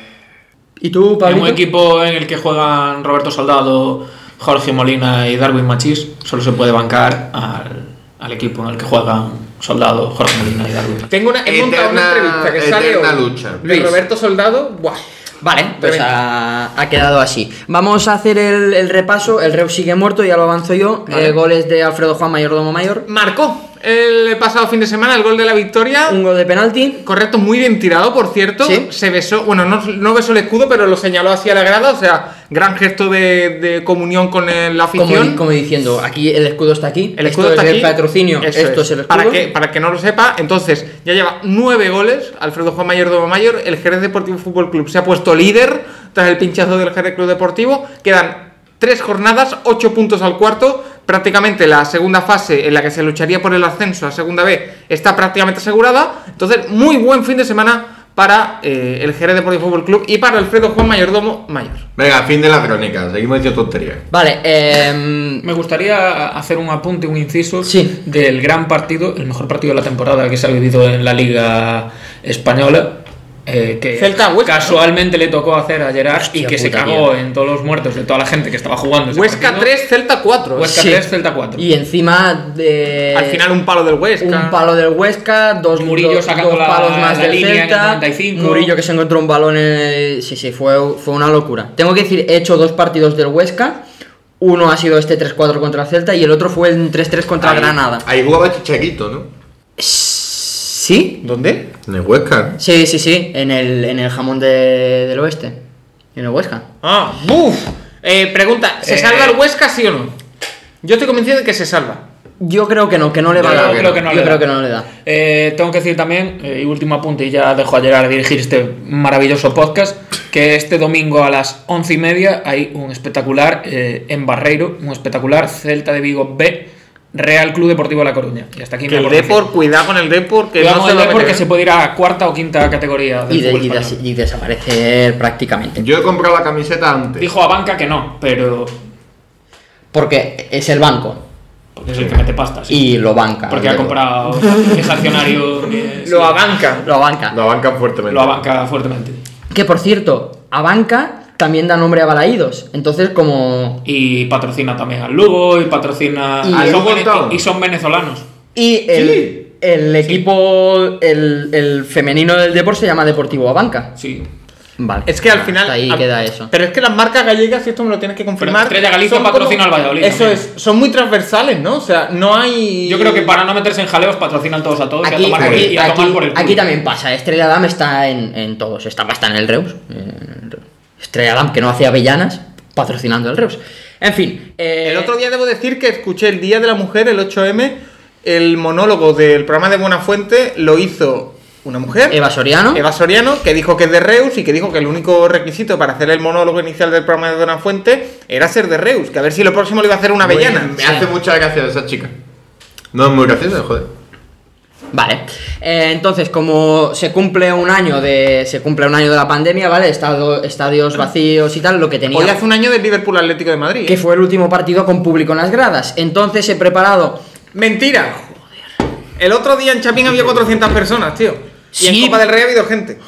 ¿Y tú, En un equipo en el que juegan Roberto Soldado, Jorge Molina y Darwin Machís, solo se puede bancar al, al equipo en el que juegan Soldado, Jorge Molina y Darwin. Tengo una, he montado una Eterna- entrevista que sale eterna hoy lucha. de Luis. Roberto Soldado. Buah. Vale, pues Tremendo. ha, ha quedado así. Vamos a hacer el, el repaso. El Reus sigue muerto, ya lo avanzo yo. Vale. Eh, goles de Alfredo Juan Mayordomo Mayor. Marcó el pasado fin de semana el gol de la victoria. Un gol de penalti. Correcto, muy bien tirado, por cierto. Sí. Se besó, bueno, no, no besó el escudo, pero lo señaló hacia la grada. O sea, gran gesto de, de comunión con el- la Como, afición. di- como diciendo, aquí el escudo está aquí. el escudo esto está es aquí. el patrocinio. Eso esto es. es el escudo. Para que, para que no lo sepa, entonces ya lleva nueve goles. Alfredo Juan Mayordomo Mayor, el Jerez Deportivo Fútbol Club se ha puesto líder tras el pinchazo del Jerez Club Deportivo. Quedan tres jornadas, ocho puntos al cuarto. Prácticamente la segunda fase en la que se lucharía por el ascenso a segunda B está prácticamente asegurada. Entonces, muy buen fin de semana para eh, el Jerez Deportivo Fútbol Club y para Alfredo Juan Mayordomo Mayor. Venga, fin de la crónica. Seguimos diciendo tonterías. Vale, eh, Me gustaría hacer un apunte, un inciso Sí. del gran partido, el mejor partido de la temporada que se ha vivido en la Liga Española. eh, que Celta Huesca, ¿no? casualmente le tocó hacer a Gerard y Hostia que se puta cagó mierda. en todos los muertos de toda la gente que estaba jugando. ese Huesca partido. 3, Celta 4. Huesca Sí. 3, Celta 4. y encima de. Al final un palo del Huesca. Un palo del Huesca, dos, Murillo dos- sacando dos la- palos más la del línea en el Celta, 95. Murillo que se encontró un balón en el- Sí, sí, fue, fue una locura. Tengo que decir, he hecho dos partidos del Huesca. Uno ha sido este 3-4 contra el Celta y el otro fue el 3-3 contra Ahí- Granada. Ahí jugaba Chicharito, ¿no? ¿Sí? ¿Dónde? En el Huesca. Sí, sí, sí, en el, en el jamón de- del oeste. En el Huesca. Ah, buf. Eh, pregunta, ¿se Eh. salva el Huesca sí o no? Yo estoy convencido de que se salva. Yo creo que no, que no le va Yo a dar. creo que no Yo le creo da. que no le da. Eh, tengo que decir también, eh, y último apunte, y ya dejo a Gerard dirigir este maravilloso podcast, que este domingo a las once y media hay un espectacular eh, en Barreiro, un espectacular Celta de Vigo B, Real Club Deportivo de La Coruña. Y hasta aquí Que mi el aportación. Depor, cuidado con el Depor, que Cuidado no con se el lo Depor, mete. que se puede ir a cuarta o quinta categoría del Y, de- fútbol y español. des- y desaparecer prácticamente. Yo he comprado la camiseta antes. Dijo a Banca que no, pero Porque es el banco porque pues es el que mete pasta, sí. y lo banca. porque ha luego. (laughs) comprado es accionario, es- Lo abanca. Lo banca. Lo bancan fuertemente. lo abanca fuertemente. Que por cierto, Abanca también da nombre a Balaídos. Entonces, como. Y patrocina también al Lugo, y patrocina Y- y ¿Al son Lugo vene- Town? y son venezolanos. Y el, el equipo, el, el femenino del deporte se llama Deportivo Abanca. Sí. Vale. Ah, Es que al Hasta final. Ahí a- queda eso. Pero es que las marcas gallegas, y esto me lo tienes que confirmar. Estrella Galicia son como- patrocina al Valladolid Eso también. es, son muy transversales, ¿no? O sea, no hay. Yo creo que para no meterse en jaleos patrocinan todos a todos y a Aquí, tomar por el, aquí, y a tomar aquí- por el culo. aquí también pasa. Estrella Damm está en, en todos. Está, está en el Reus. Eh, Estrella Damm, que no hace avellanas, patrocinando el Reus. En fin. eh, El otro día debo decir que escuché el Día de la Mujer, el 8M, el monólogo del programa de Buenafuente lo hizo una mujer. Eva Soriano. Eva Soriano, que dijo que es de Reus y que dijo que el único requisito para hacer el monólogo inicial del programa de Dona Fuente era ser de Reus, que a ver si lo próximo le iba a hacer una Muy- avellana. Me hace mucha gracia esa chica. No es muy graciosa, joder. Vale. Eh, entonces, como se cumple un año de. Se cumple un año de la pandemia, ¿vale? Estado, estadios vacíos y tal, lo que tenía. Hoy hace un año del Liverpool Atlético de Madrid. ¿eh? Que fue el último partido con público en las gradas. Entonces he preparado. Mentira. El otro día en Chapín había 400 personas, tío. Y en Sí. Copa del Rey ha habido gente.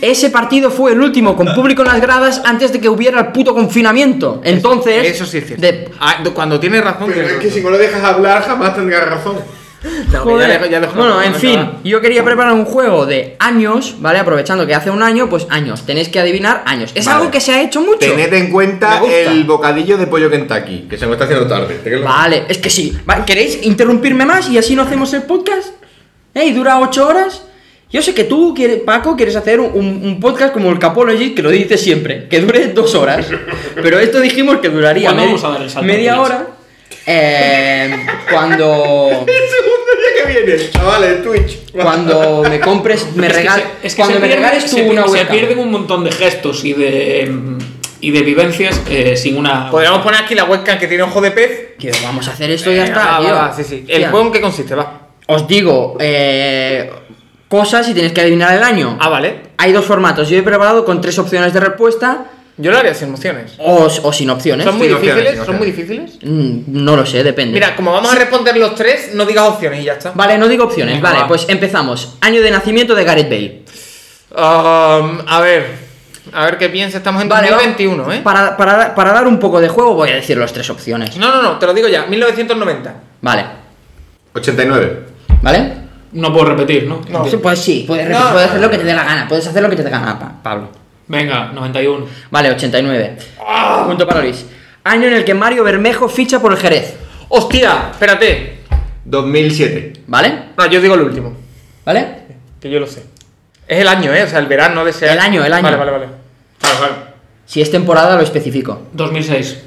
Ese partido fue el último con público en las gradas antes de que hubiera el puto confinamiento. Entonces. Eso sí es cierto. de- Ah, cuando tienes razón. tienes razón. no le dejas hablar, jamás tendrás razón. No, que ya Joder. le- ya le- bueno, en no, fin, no. yo quería preparar un juego de años, ¿vale? Aprovechando que hace un año, pues años. Tenéis que adivinar años. Es Vale. algo que se ha hecho mucho. Tened en cuenta Me gusta. el bocadillo de pollo Kentucky, que se me está haciendo tarde. Tenedlo- Vale, es que sí. Va, ¿Queréis interrumpirme más y así no hacemos el podcast? ¿Eh? ¿Y dura ocho horas? Yo sé que tú, quieres, Paco, quieres hacer un, un podcast como el Capology, que lo dice siempre, que dure dos (laughs) horas. Pero esto dijimos que duraría ¿Cuándo medi- vamos a dar el salto, media Félix? hora. Eh, cuando, El segundo día que viene, chavales, Twitch. cuando me (laughs) compres, me Es que regales. se- es que cuando se me pierden- regales tú se, una se webcam. pierden un montón de gestos y de mm, y de vivencias eh, sin una Podríamos poner aquí la webcam que tiene ojo de pez. Tío, vamos a hacer esto y ya Venga, está, va, tío. va, va, sí, sí. ¿El Hostia. juego en qué consiste? Va. Os digo eh, cosas y tenéis que adivinar el año. Ah, vale. Hay dos formatos. Yo he preparado con tres opciones de respuesta Yo lo haría sin emociones. o, o sin opciones. ¿Son muy Sin opciones, sin difíciles? ¿Son muy opciones. difíciles? Mm, No lo sé, depende. Mira, como vamos a responder los tres, no digas opciones y ya está. Vale, no digo opciones. Venga, vale, va. pues empezamos. Año de nacimiento de Gareth Bale. Um, a ver, a ver qué piensa. Estamos en Vale, va. 2021, ¿eh? Para, para- para dar un poco de juego voy a decir las tres opciones. No, no, no, te lo digo ya. 1990. Vale. 89. ¿Vale? No puedo repetir, ¿no? No. Sí, Pues sí, puedes, repetir, No. puedes hacer lo que te dé la gana, puedes hacer lo que te dé la gana, Pa- Pablo. Venga, 91. Vale, 89. Ah. Punto para Luis. Año en el que Mario Bermejo ficha por el Jerez. ¡Hostia! Espérate. 2007. ¿Vale? No, yo digo el último. ¿Vale? Que yo lo sé. Es el año, ¿eh? O sea, el verano de ese El año, el año. Vale, vale, vale. Claro, claro. Si es temporada, lo especifico. 2006.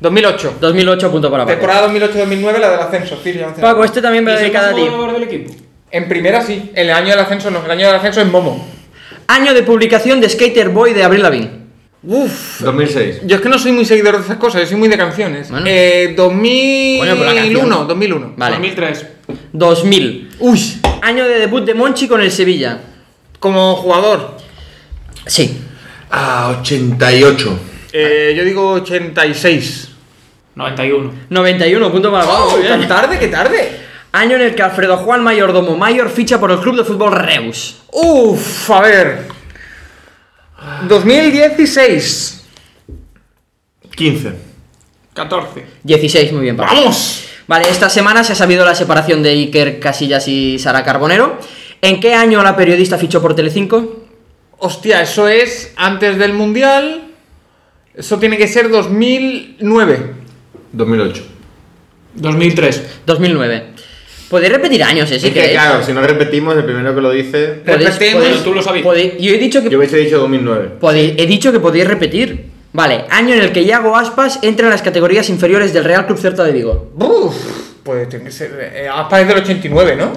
2008. 2008, punto para Paco. Temporada 2008-2009, la del ascenso. Sí, ya me sé. Paco, este también ¿Y va es el dedicado a máximo ti. goleador del equipo? En primera sí. El año del ascenso no. El año del ascenso es Momo. Año de publicación de Skater Boy de Abril Lavigne. Uf. 2006. Yo es que no soy muy seguidor de esas cosas, yo soy muy de canciones. Bueno. Eh, Bueno, pero la canción- 2001, 2001. Vale. 2003. 2000. Uy, Año de debut de Monchi con el Sevilla. como jugador, Sí. Ah, 88. eh, yo digo 86. 91. 91, punto para Paco. muy Ah, bien. ¡Qué tarde, qué tarde! Año en el que Alfredo Juan Mayordomo Mayor ficha por el club de fútbol Reus. Uf, a ver. 2016. 15. 14. 16, muy bien, Paco. ¡Vamos! Vale, esta semana se ha sabido la separación de Iker Casillas y Sara Carbonero. ¿En qué año la periodista fichó por Telecinco? Hostia, eso es antes del Mundial. Eso tiene que ser 2009. 2008. 2003. 2009. Podéis repetir años, eh, si Es que, queréis. claro, si no repetimos, el primero que lo dice. Podéis- Repetimos, podéis- tú lo sabías. podéis- yo he dicho que Yo hubiese dicho 2009. podéis- he dicho que podéis repetir. Vale, año en el que Iago Aspas entra en las categorías inferiores del Real Club Celta de Vigo. Uf, pues tiene que ser. eh, Aspas es del 89, ¿no?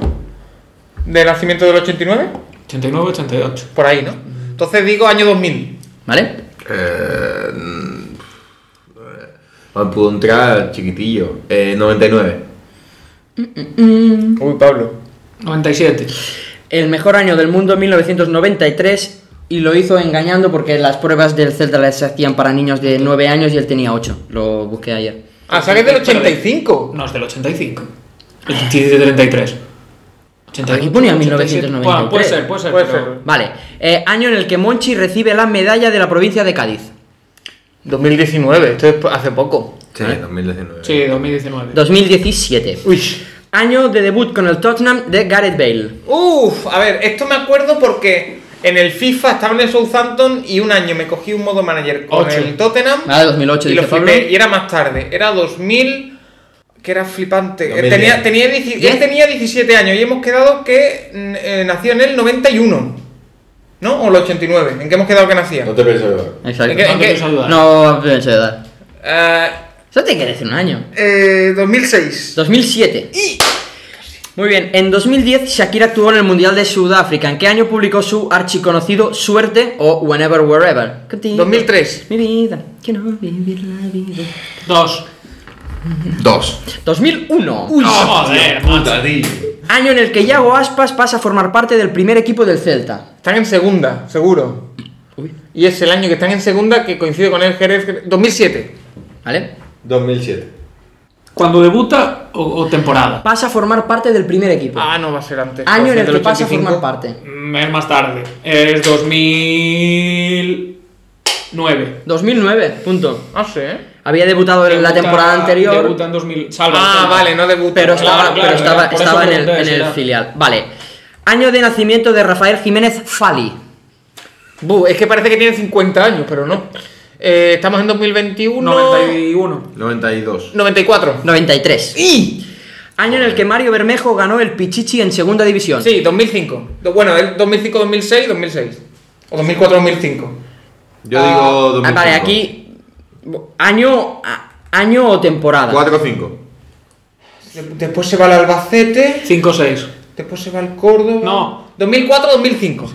¿Del nacimiento del 89? 89, 88. Por ahí, ¿no? Entonces digo año 2000. ¿Vale? Eh, mm, eh, pudo entrar chiquitillo. Eh, 99. Mm. Uy, Pablo. 97. El mejor año del mundo 1993 y lo hizo engañando porque las pruebas del Celta las hacían para niños de 9 años y él tenía 8. Lo busqué ayer. Ah, ¿sabes del Espera, 85? No, es del 85. El 33. 88, Aquí ponía 87. 1993. Bueno, puede ser, puede ser. Puede pero- ser. Vale, eh, año en el que Monchi recibe la medalla de la provincia de Cádiz. 2019, esto es hace poco. Sí, 2019. Sí, 2019. 2017. Uy. Año de debut con el Tottenham de Gareth Bale. Uf, a ver, esto me acuerdo porque en el FIFA estaba en el Southampton y un año me cogí un modo manager con Ocho. el Tottenham. Ah, 2008, y lo dice Pablo. flipé, y era más tarde. Era 2000, que era flipante. Eh, 2010. Tenía, tenía, dieci- ¿Diez? él tenía 17 años y hemos quedado que mm, eh, nació en el 91. ¿No? ¿O el 89? ¿En qué hemos quedado que nacía? No te pienso. Exacto. ¿En qué- No te pienso ayudar. No pienso de edad. Eh, Eso tiene que decir un año. eh, 2006. 2007. Muy bien, en 2010 Shakira actuó en el Mundial de Sudáfrica. ¿En qué año publicó su archiconocido Suerte o Whenever Wherever? Contigo, 2003. Mi vida, quiero vivir la vida. Dos. 2. 2001. Joder, macho. Año en el que Yago Aspas pasa a formar parte del primer equipo del Celta. Están en segunda, seguro. Uy. Y es el año que están en segunda que coincide con el Jerez. 2007. ¿Vale? 2007. ¿Cuándo debuta o, o temporada? Pasa a formar parte del primer equipo. Ah, no va a ser antes. Año en el Del que pasa a 85. formar parte. Mm, Es más tarde. Es 2009. 2009, punto. No sé. Había debutado en la Debuta- temporada anterior, Debuta en 2000. Salva. Ah, salva. vale, no debuta. pero estaba, Claro, pero claro, estaba, por eso estaba en el, pregunté, en el será. filial. Vale. Año de nacimiento de Rafael Jiménez Fali. Bu, es que parece que tiene 50 años, pero no. Eh, estamos en 2021. 91. 92. 94. 93. ¡Y! Año en el que Mario Bermejo ganó el Pichichi en segunda división. Sí, 2005. Do- Bueno, el 2005-2006, 2006. O 2004-2005. Yo Ah, digo Ah, 2005. vale, aquí. Año, a- año o temporada. 4 5. De- Después se va al Albacete. 5-6. Después se va al Córdoba. No. 2004-2005.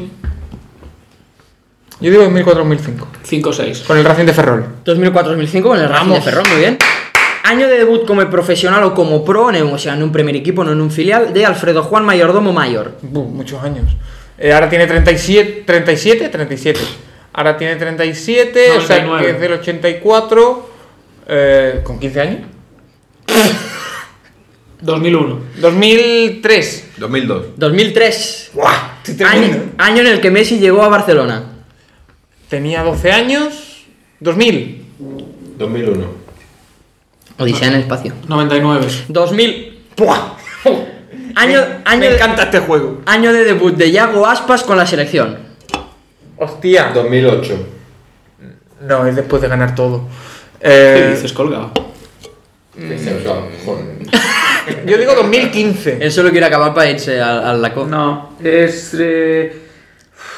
Yo digo 2004-2005. 5-6. Con el Racing de Ferrol. 2004-2005 con el Racing de Vamos. Ferrón, muy bien. Año de debut como profesional o como pro, en, un- o sea, en un primer equipo, no en un filial, de Alfredo Juan Mayordomo Mayor. Bu, muchos años. Eh, ahora tiene 37, 37, 37. Ahora tiene 37, o sea 99. que es del 84. eh, ¿Con 15 años? 2001. 2003. 2002. 2003. ¡Guau! Estoy tremendo. Año, año en el que Messi llegó a Barcelona. Tenía 12 años. 2000. 2001. Odisea en el espacio. 99. 2000. ¡Buah! Año, año Me de- encanta este juego. año de debut de Yago Aspas con la selección. Hostia. 2008. No, es después de ganar todo. ¿Qué Eh, dices, colgado? yo digo 2015. Él solo quiere acabar para irse a, a la copa. No, es, eh,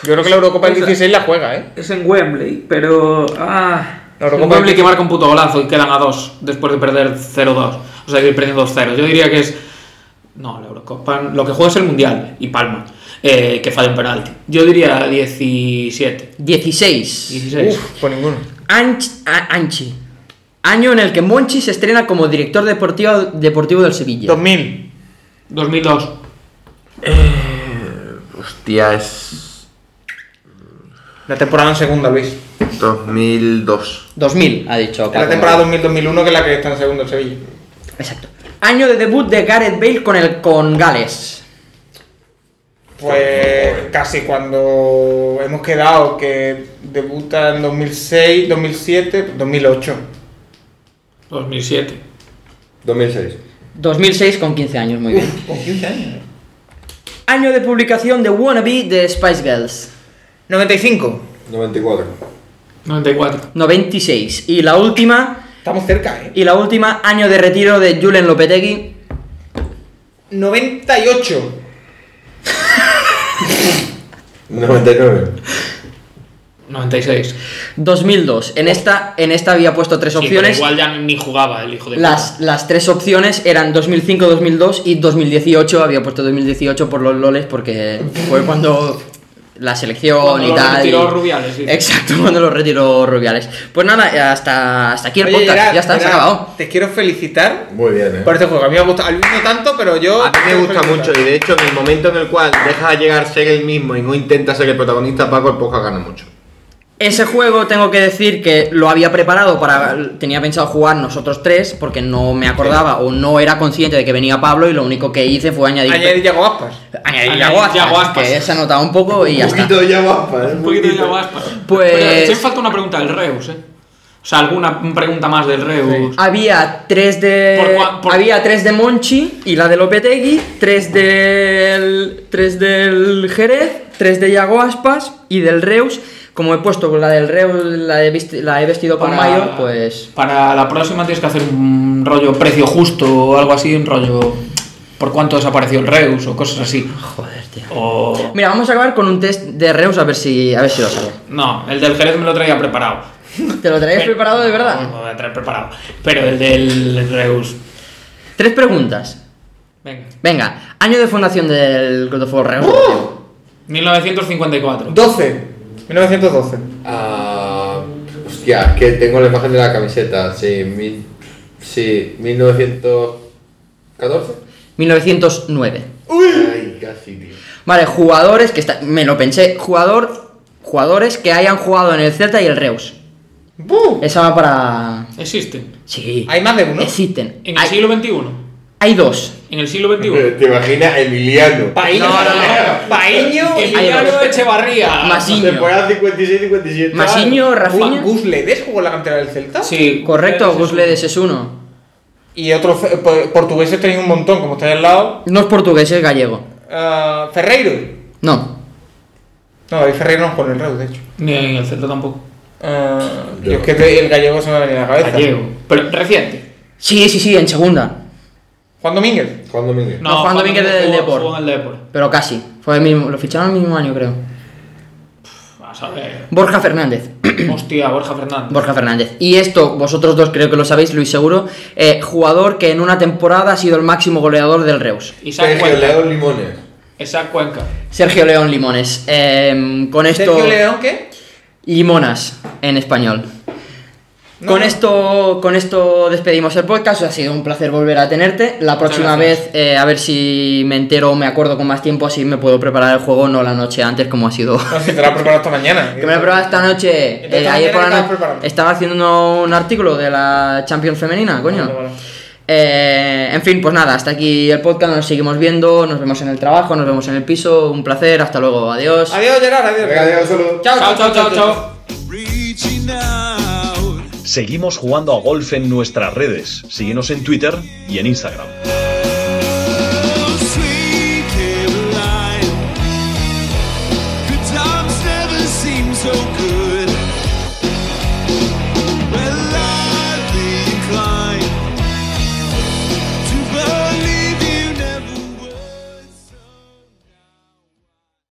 Yo creo que la Eurocopa del 16 la juega, ¿eh? es en Wembley, pero. Ah, La Un Eurocopa del Wembley que marca un puto golazo y quedan a dos después de perder 0-2. O sea, que ir perdiendo 2-0. Yo diría que es. No, la Eurocopa. Lo que juega es el Mundial y Palma, eh, que falla un penalti. Yo diría 17. 16. 16. Uf, por ninguno. Anch- a- Anchi. Año en el que Monchi se estrena como director deportivo, deportivo del Sevilla. 2000. 2002. Hostia, es. La temporada en segunda, Luis. 2002. 2000, ha dicho. Es la Paco. temporada 2000-2001 que es la que está en segundo en Sevilla. Exacto. Año de debut de Gareth Bale con, el, con Gales. Pues casi cuando hemos quedado que debuta en 2006, 2007, 2008. 2007. 2006. 2006 con 15 años, muy bien. Con 15 años. Año de publicación de Wannabe de Spice Girls. 95. 94. 94. 96. Y la última, Estamos cerca, ¿eh? y la última, año de retiro de Julen Lopetegui. 98. 99. 96. 2002. En esta, en esta había puesto tres Sí, pero opciones. igual ya ni jugaba el hijo de Las, las tres opciones eran 2005, 2002 y 2018. Había puesto 2018 por los loles porque fue cuando la selección Cuando y lo tal. retiró y- Rubiales, dice. Exacto, cuando lo retiró Rubiales. Pues nada, hasta, hasta aquí el Oye, podcast. Gerard, ya está, se ha Gerard, acabado. Te quiero felicitar Muy bien, ¿eh? por este juego. A mí me ha gustado. A Luis no tanto, pero yo. A mí me te gusta quiero mucho felicitar. y de hecho en el momento en el cual deja llegar ser el mismo y no intenta ser el protagonista, Paco el podcast gana mucho. Ese juego tengo que decir que lo había preparado para. Tenía pensado jugar nosotros tres porque no me acordaba o no era consciente de que venía Pablo y lo único que hice fue añadir. Añadir Yago Aspas. añadir Añadir Yago Aspas, Yago Aspas. que se ha notado un poco y ya está. ya ¿eh? guapa, Un poquito de guaspa. Pues- Pero, sí, falta una pregunta del Reus, ¿eh? O sea, alguna pregunta más del Reus. Había tres de. Por cua- por- Había tres de Monchi y la de Lopetegui, tres del. tres del Jerez, tres de Yago Aspas y del Reus. Como he puesto con la del Reus, la he, vist- la he vestido con Mayor, pues. Para la próxima tienes que hacer un rollo precio justo o algo así, un rollo por cuánto desapareció el Reus o cosas así. Joder, tío. O. Mira, vamos a acabar con un test de Reus a ver si. a ver si lo sabe. No, el del Jerez me lo traía preparado. ¿Te lo traéis preparado de No, me verdad? lo voy a traer preparado. Pero el del Reus. Tres preguntas. Venga. Venga, año de fundación del Club de Fútbol Reus. Deportivo. ¡Oh! 1954. 12. 1912. Ah, hostia, que tengo la imagen de la camiseta. Sí, mil, sí 1914. 1909. Ay, casi, tío. Vale, jugadores que está, me lo pensé, jugador, jugadores que hayan jugado en el Celta y el Reus. ¡Buh! Esa va para Existe. Eh, sí. Hay más de uno. Existen. En el Hay, siglo XXI. hay dos. En el siglo XXI. (laughs) ¿Te imaginas Emiliano? Paíño. No, no, no. Paíño y Emiliano dos. Echevarría. Masiño. 56-57. Masiño, Rafinha. Gusledes jugó en la cantera del Celta. Sí. Correcto, Ese es un- Gusledes es uno. Y otros eh, po- portugueses tenéis un montón, como estáis al lado. No es portugués, es gallego. Ah, Ferreiro. No. No, David Ferreiro no con el Reus, de hecho. Ni en el centro tampoco. Ah, yo es que te- el gallego se me ha venido a la cabeza. Gallego. Pero reciente. Sí, sí, sí, en segunda. Juan Domínguez. Juan Domínguez. No, Juan Domínguez del jugó- Depor. jugó en el Depor. Pero casi. Fue el mismo, lo ficharon el mismo año, creo. Vas a ver. Borja Fernández. (clears throat) Hostia, Borja Fernández. Borja Fernández. Y esto, vosotros dos creo que lo sabéis, Luis seguro. eh, jugador que en una temporada ha sido el máximo goleador del Reus. Isaac Cuenca. Limones. Isaac Cuenca. Sergio León Limones. Em, con esto. Sergio León, ¿qué? Limonas en español. No, con no. esto con esto despedimos el podcast. Ha sido un placer volver a tenerte. La próxima vez, gracias. eh, a ver si me entero o me acuerdo con más tiempo, así me puedo preparar el juego, no la noche antes, como ha (laughs) sido. No sé si te lo has preparado esta mañana. Que me lo he preparado esta noche. Entonces, eh, esta ayer por la mañana estabas noche preparando. estaba haciendo un artículo de la Champions Femenina, coño. Vale, vale. Eh, en fin, pues nada, hasta aquí el podcast. Nos seguimos viendo, nos vemos en el trabajo, nos vemos en el piso. Un placer, hasta luego, adiós. Adiós, Gerard. Adiós. Venga, adiós, saludos. Chao, chao, chao, chao. Reaching out. Seguimos jugando a golf en nuestras redes. Síguenos en Twitter y en Instagram.